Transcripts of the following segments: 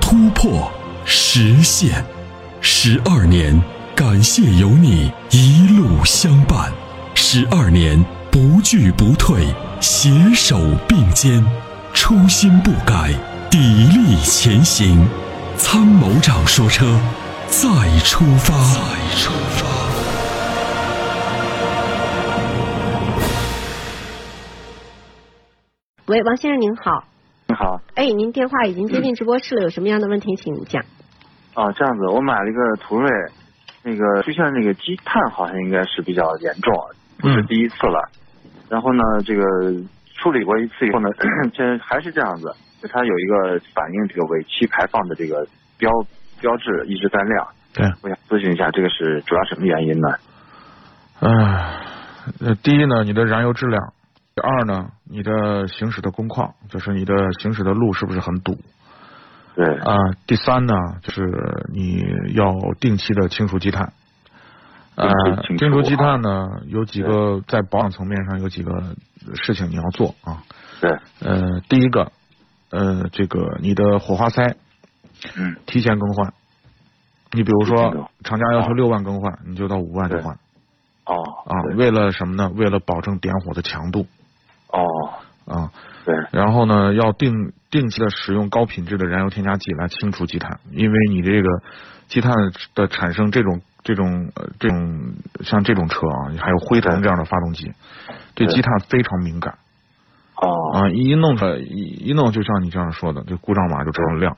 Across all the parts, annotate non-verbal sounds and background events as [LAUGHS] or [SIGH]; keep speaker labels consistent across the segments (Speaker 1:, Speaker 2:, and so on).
Speaker 1: 突破、实现，十二年，感谢有你一路相伴，十二年不惧不退，携手并肩，初心不改，砥砺前行。参谋长说车，再出发。再出发。
Speaker 2: 喂，王先生您好，
Speaker 3: 你好，
Speaker 2: 哎，您电话已经
Speaker 4: 嗯
Speaker 2: 接进直播室了，有什么样的问题请讲。
Speaker 3: 哦，这样子，我买了一个途锐，那个出现那个积碳好像应该是比较严重，不
Speaker 4: 嗯
Speaker 3: 是第一次了。然后呢，这个处理过一次以后呢， [CLEARS THROAT] 这还是这样子，就它有一个反映这个尾气排放的这个标标志一直在亮。
Speaker 4: 对，
Speaker 3: 我想咨询一下，这个是主要什么原因呢？
Speaker 4: 唉，呃，第一呢，你的燃油质量；第二呢，你的行驶的工况，就是你的行驶的路是不是很堵
Speaker 3: 对，
Speaker 4: 啊、第三呢，就是你要定期的清除积碳。呃
Speaker 3: 定期清，除啊
Speaker 4: 清除积碳呢，有几个在保养层面上有几个事情你要做啊。
Speaker 3: 对，
Speaker 4: 呃，第一个，呃，这个你的火花塞
Speaker 3: 嗯，
Speaker 4: 提前更换。你比如
Speaker 3: 提前更
Speaker 4: 说
Speaker 3: 换，
Speaker 4: 厂家要求
Speaker 3: 哦
Speaker 4: 六万更换，你就到五万就
Speaker 3: 对
Speaker 4: 换。
Speaker 3: 哦，
Speaker 4: 啊，
Speaker 3: 对，
Speaker 4: 为了什么呢？为了保证点火的强度
Speaker 3: 哦，
Speaker 4: 啊，
Speaker 3: 对，
Speaker 4: 然后呢，要定定期的使用高品质的燃油添加剂来清除积碳，因为你这个积碳的产生这种这种呃这种像这种车啊，还有辉腾这样的发动机，对积碳非常敏感
Speaker 3: 哦，
Speaker 4: 啊，一弄出来一一弄，就像你这样说的，这故障码就着了亮，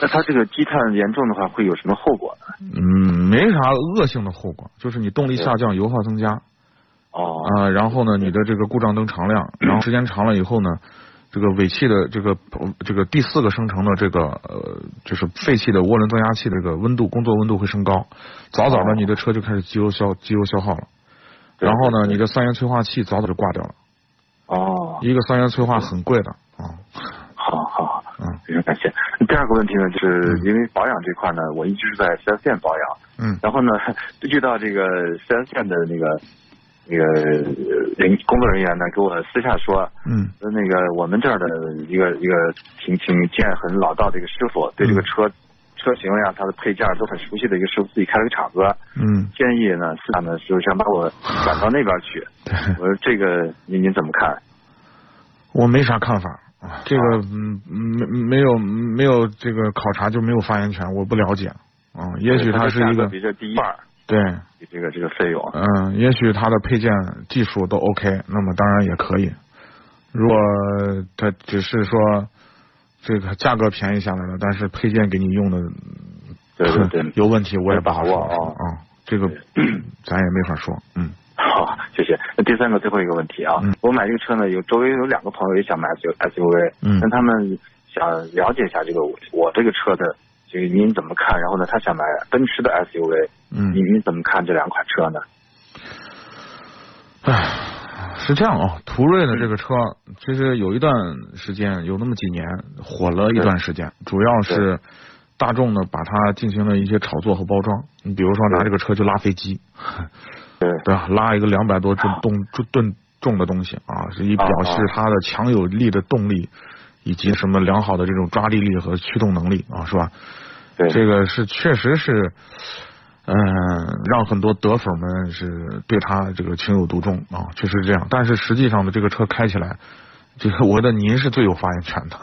Speaker 3: 那它这个积碳严重的话会有什么后果呢？
Speaker 4: 嗯，没啥恶性的后果，就是你动力下降，油耗增加，
Speaker 3: 哦，
Speaker 4: 啊、然后呢，你的这个故障灯常亮，然后时间长了以后呢，这个尾气的这个这个第四个生成的这个呃，就是废气的涡轮增压器的这个温度工作温度会升高，早早的
Speaker 3: 哦
Speaker 4: 你的车就开始机油消机油消耗了，
Speaker 3: 对
Speaker 4: 然后呢，
Speaker 3: 对
Speaker 4: 你的三元催化器早早就挂掉了，
Speaker 3: 哦，
Speaker 4: 一个三元催化很贵的啊，
Speaker 3: 好好好。
Speaker 4: 嗯
Speaker 3: 非常感谢。第二个问题呢，就是因为保养这块呢，我一直是在四 S 店保养，
Speaker 4: 嗯
Speaker 3: 然后呢， [LAUGHS] 遇到这个四 S 店的那个那个呃人工作人员呢，给我私下说，
Speaker 4: 嗯
Speaker 3: 说那个我们这儿的一个一个挺挺见很老道的一个师傅，对这
Speaker 4: 嗯
Speaker 3: 个车、车型呀、它的配件儿都很熟悉的一个师傅，自己开了个厂子，
Speaker 4: 嗯，
Speaker 3: 建议呢，私下呢就是想把我转到那边
Speaker 4: [LAUGHS]
Speaker 3: 去。
Speaker 4: 对
Speaker 3: 我说这个您您怎么看？
Speaker 4: 我没啥看法。啊，这个嗯没没有没有这个考察就没有发言权，我不了解啊。也许
Speaker 3: 它
Speaker 4: 它
Speaker 3: 的
Speaker 4: 是
Speaker 3: 价
Speaker 4: 一
Speaker 3: 格
Speaker 4: 个
Speaker 3: 比这低一半儿，
Speaker 4: 对
Speaker 3: 比这个这个费用。
Speaker 4: 嗯，也许它的配件技术都 OK，那么当然也可以。如果它只是说这个价格便宜下来了，但是配件给你用的
Speaker 3: 对
Speaker 4: [LAUGHS]
Speaker 3: 对对
Speaker 4: 有问题，我也不好
Speaker 3: 没把
Speaker 4: 说
Speaker 3: 握啊
Speaker 4: 啊、这个咱也没法说，嗯
Speaker 3: 好， [LAUGHS] 谢谢。那第三个最后一个问题啊，
Speaker 4: 嗯
Speaker 3: 我买这个车呢，有周围有两个朋友也想买 SUV，
Speaker 4: 嗯
Speaker 3: 那他们想了解一下这个我我这个车的，这个您怎么看？然后呢，他想买奔驰的 SUV，
Speaker 4: 嗯
Speaker 3: 您。您怎么看这两款车呢？
Speaker 4: 唉，是这样啊、途锐的这个车其实有一段时间，有那么几年火了一段时间，主要是大众呢把它进行了一些炒作和包装。你比如说拿这个车去拉飞机，
Speaker 3: 对
Speaker 4: 对吧？拉一个两百多吨吨吨重的东西啊，是以表示它的强有力的动力。以及什么良好的这种抓地力和驱动能力啊，是吧？
Speaker 3: 对，
Speaker 4: 这个是确实是，嗯、让很多德粉们是对他这个情有独钟啊，确实是这样。但是实际上呢，这个车开起来，这个我觉得您是最有发言权的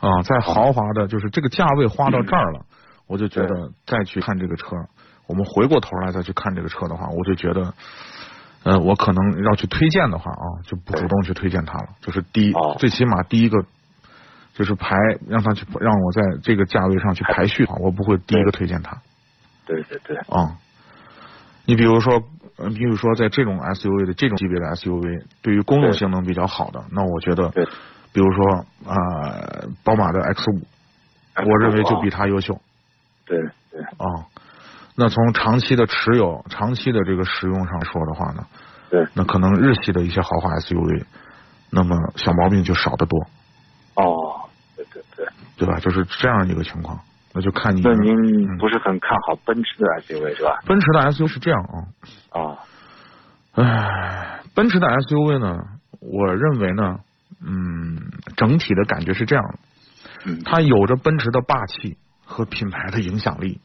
Speaker 4: [LAUGHS] 啊，在豪华的，就是这个价位花到这儿了，我就觉得再去看这个车，我们回过头来再去看这个车的话，我就觉得。呃，我可能要去推荐的话啊，就不主动去推荐它了。就是第一，
Speaker 3: 哦
Speaker 4: 最起码第一个就是排让他去让我在这个价位上去排序啊，我不会第一个推荐它
Speaker 3: 对对对，
Speaker 4: 啊、你比如说，呃比如说在这种 SUV 的这种级别的 SUV，对于公路
Speaker 3: 对
Speaker 4: 性能比较好的，那我觉得
Speaker 3: 对，
Speaker 4: 比如说啊、呃宝马的 X 五
Speaker 3: 还不
Speaker 4: 我认为
Speaker 3: 错
Speaker 4: 就
Speaker 3: 啊
Speaker 4: 比他优秀
Speaker 3: 对对，
Speaker 4: 啊。那从长期的持有、长期的这个使用上说的话呢，
Speaker 3: 对，
Speaker 4: 那可能日系的一些豪华 SUV，那么小毛病就少得多，
Speaker 3: 哦，对对对。
Speaker 4: 对吧？就是这样一个情况，那就看你。
Speaker 3: 那您
Speaker 4: 嗯
Speaker 3: 不是很看好奔驰的 SUV 是吧？
Speaker 4: 奔驰的 SUV 是这样啊，
Speaker 3: 哦，
Speaker 4: 唉，奔驰的 SUV 呢，我认为呢，嗯，整体的感觉是这样的，
Speaker 3: 嗯，
Speaker 4: 它有着奔驰的霸气和品牌的影响力，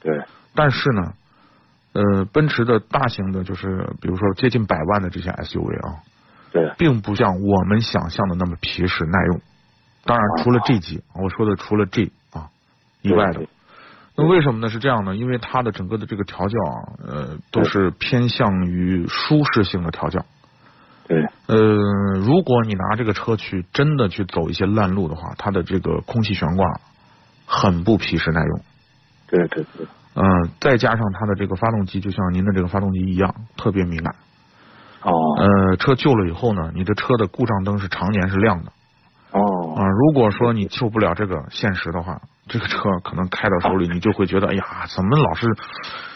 Speaker 3: 对，
Speaker 4: 但是呢，呃，奔驰的大型的，就是比如说接近百万的这些 SUV 啊，
Speaker 3: 对，
Speaker 4: 并不像我们想象的那么皮实耐用。当然，除了 G 级，我说的除了 G 啊以外的
Speaker 3: 对，
Speaker 4: 那为什么呢？是这样的，因为它的整个的这个调教啊，呃，都是偏向于舒适性的调教。
Speaker 3: 对，
Speaker 4: 呃，如果你拿这个车去真的去走一些烂路的话，它的这个空气悬挂很不皮实耐用。
Speaker 3: 对对对，
Speaker 4: 嗯，再加上它的这个发动机，就像您的这个发动机一样，特别敏感。
Speaker 3: 哦
Speaker 4: 呃，车旧了以后呢，你的车的故障灯是常年是亮的啊、
Speaker 3: 哦，
Speaker 4: 如果说你受不了这个现实的话，这个车可能开到手里，你就会觉得，哎呀，怎么老是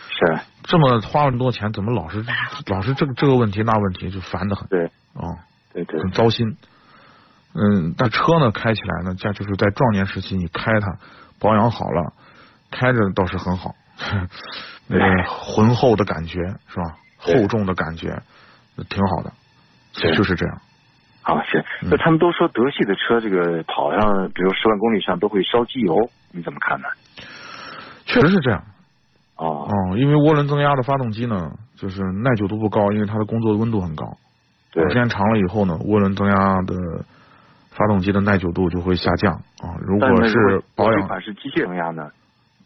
Speaker 3: 是，啊
Speaker 4: 这么花那么多钱，怎么老是老是这个这个问题那问题，就烦得很
Speaker 3: 对
Speaker 4: 啊、
Speaker 3: 对对
Speaker 4: 很糟心。嗯，但车呢开起来呢，加就是在壮年时期你开它，保养好了，开着倒是很好，那个浑厚的感觉是吧？
Speaker 3: 对
Speaker 4: 厚重的感觉，挺好的，
Speaker 3: 对
Speaker 4: 就是这样。
Speaker 3: 啊是。
Speaker 4: 嗯
Speaker 3: 那他们都说德系的车这个跑上，比如十万公里上都会烧机油，你怎么看呢？
Speaker 4: 确实是这样
Speaker 3: 哦，
Speaker 4: 哦，因为涡轮增压的发动机呢，就是耐久度不高，因为它的工作温度很高。
Speaker 3: 对
Speaker 4: 时，间长了以后呢，涡轮增压的发动机的耐久度就会下降啊。如
Speaker 3: 但
Speaker 4: 果
Speaker 3: 那
Speaker 4: 是保
Speaker 3: 这
Speaker 4: 养
Speaker 3: 款是机械增压呢？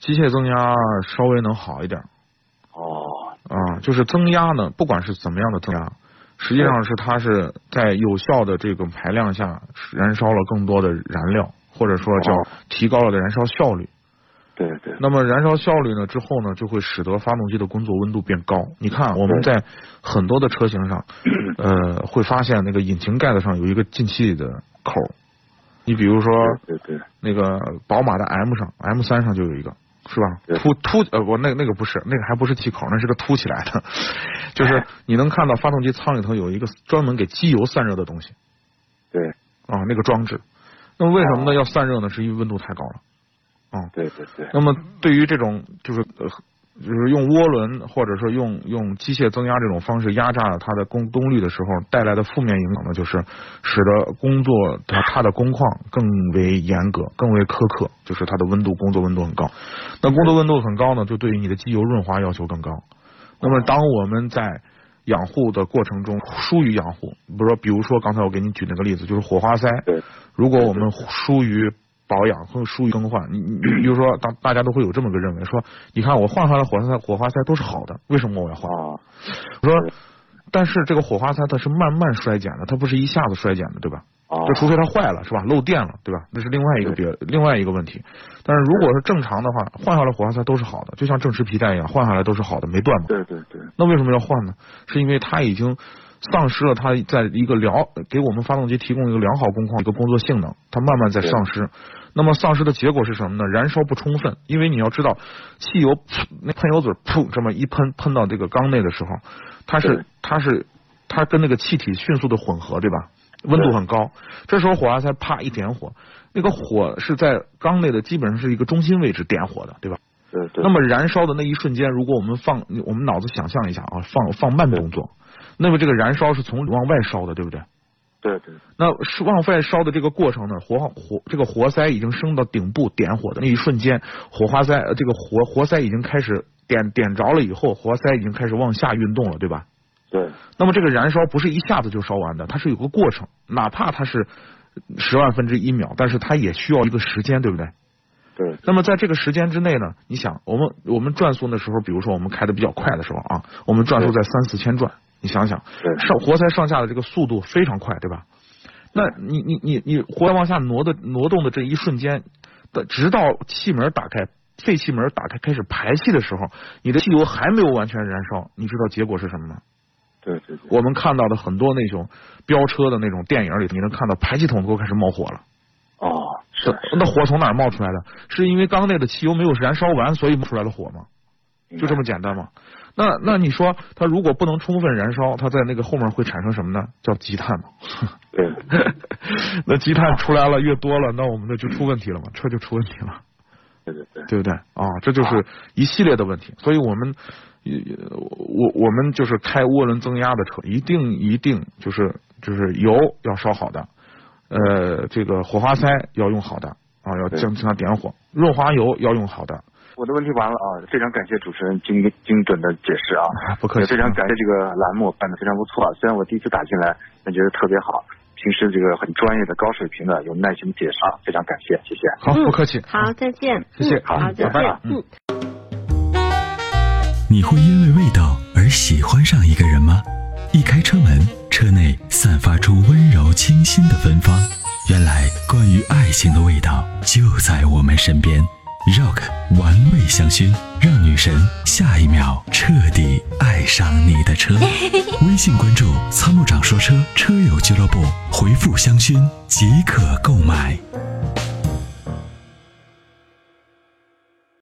Speaker 4: 机械增压，稍微能好一点
Speaker 3: 哦，
Speaker 4: 啊。就是增压呢，不管是怎么样的增压，实际上是它是在有效的这个排量下燃烧了更多的燃料，或者说叫
Speaker 3: 哦
Speaker 4: 提高了的燃烧效率。
Speaker 3: 对对
Speaker 4: 那么燃烧效率呢之后呢，就会使得发动机的工作温度变高。你看我们在很多的车型上，呃，会发现那个引擎盖子上有一个进气的口儿。你比如说
Speaker 3: 对对
Speaker 4: 那个宝马的 M 上，M 三上就有一个，是吧？
Speaker 3: 对
Speaker 4: 凸凸呃不，那那个不是，那个还不是气口，那是个凸起来的， [LAUGHS] 就是你能看到发动机舱里头有一个专门给机油散热的东西
Speaker 3: 对
Speaker 4: 啊，那个装置。那么为什么呢？要散热呢？是因为温度太高了。
Speaker 3: 对对对，
Speaker 4: 那么对于这种就是呃就是用涡轮或者说用用机械增压这种方式压榨它的功功率的时候带来的负面影响呢，就是使得工作它它的工况更为严格、更为苛刻，就是它的温度工作温度很高。那工作温度很高呢，就对于你的机油润滑要求更高。那么当我们在养护的过程中疏于养护，比如说比如说刚才我给你举那个例子，就是火花塞，
Speaker 3: 对
Speaker 4: 如果我们疏于保养和疏于更换，你你你比如说，大大家都会有这么个认为，说你看我换上了火花塞，火花塞都是好的，为什么我要换？
Speaker 3: 哦，
Speaker 4: 我说，但是这个火花塞它是慢慢衰减的，它不是一下子衰减的，对吧？
Speaker 3: 哦
Speaker 4: 就除非它坏了是吧？漏电了对吧？那是另外一个别另外一个问题。但是如果是正常的话，换下来火花塞都是好的，就像正时皮带一样，换下来都是好的，没断嘛。
Speaker 3: 对对对
Speaker 4: 那为什么要换呢？是因为它已经丧失了它在一个良给我们发动机提供一个良好工况一个工作性能，它慢慢在丧失。那么丧失的结果是什么呢？燃烧不充分，因为你要知道，汽油噗那喷油嘴噗这么一喷喷到这个缸内的时候，它是
Speaker 3: 对
Speaker 4: 它是它跟那个气体迅速的混合，对吧？温度很高，这时候火花塞啪一点火，那个火是在缸内的基本上是一个中心位置点火的，对吧？
Speaker 3: 对对，
Speaker 4: 那么燃烧的那一瞬间，如果我们放我们脑子想象一下啊，放放慢动作，那么这个燃烧是从往外烧的，对不对？
Speaker 3: 对对
Speaker 4: 那是往外烧的这个过程呢，火火这个活塞已经升到顶部点火的那一瞬间，火花塞呃这个活活塞已经开始点点着了以后，活塞已经开始往下运动了，对吧？
Speaker 3: 对
Speaker 4: 那么这个燃烧不是一下子就烧完的，它是有个过程，哪怕它是十万分之一秒，但是它也需要一个时间，对不对？
Speaker 3: 对
Speaker 4: 那么在这个时间之内呢，你想，我们我们转速的时候，比如说我们开的比较快的时候啊，我们转速在三四千转，你想想，
Speaker 3: 对
Speaker 4: 上活塞上下的这个速度非常快，对吧？那你你你你活塞往下挪的挪动的这一瞬间，的直到气门打开，废气门打开开始排气的时候，你的汽油还没有完全燃烧，你知道结果是什么吗？
Speaker 3: 对对对，
Speaker 4: 我们看到的很多那种飙车的那种电影里，你能看到排气筒都开始冒火了。
Speaker 3: 哦，是的，
Speaker 4: 那火从哪儿冒出来的？是因为缸内的汽油没有燃烧完，所以冒出来了火吗？就这么简单吗？那那你说，它如果不能充分燃烧，它在那个后面会产生什么呢？叫积碳嘛。
Speaker 3: 对，
Speaker 4: [LAUGHS] 那积碳出来了越多了，那我们的就出问题了嘛，车就出问题了，
Speaker 3: 对对对，
Speaker 4: 对不对啊？这就是一系列的问题，所以我们，呃我我们就是开涡轮增压的车，一定一定就是就是油要烧好的，呃，这个火花塞要用好的啊，要
Speaker 3: 对
Speaker 4: 经经常点火，润滑油要用好的，
Speaker 3: 我的问题完了啊，非常感谢主持人精精准的解释啊。
Speaker 4: 不客气，
Speaker 3: 非常感谢这个栏目办的非常不错啊，虽然我第一次打进来，但觉得特别好。平时这个很专业的、高水平的，有耐心解释啊，非常感谢，谢谢。
Speaker 4: 好，不客气，
Speaker 2: 好，再见。
Speaker 4: 谢谢
Speaker 2: 嗯好，
Speaker 4: 好
Speaker 2: 再见
Speaker 4: 拜拜。嗯
Speaker 2: 嗯。
Speaker 1: 你会因为味道而喜欢上一个人吗？一开车门，车内散发出温柔清新的芬芳。原来，关于爱情的味道就在我们身边。Rock 玩味香薰，让女神下一秒彻底爱上你的车。微信关注“参谋长说车”车友俱乐部，回复“香薰”即可购买。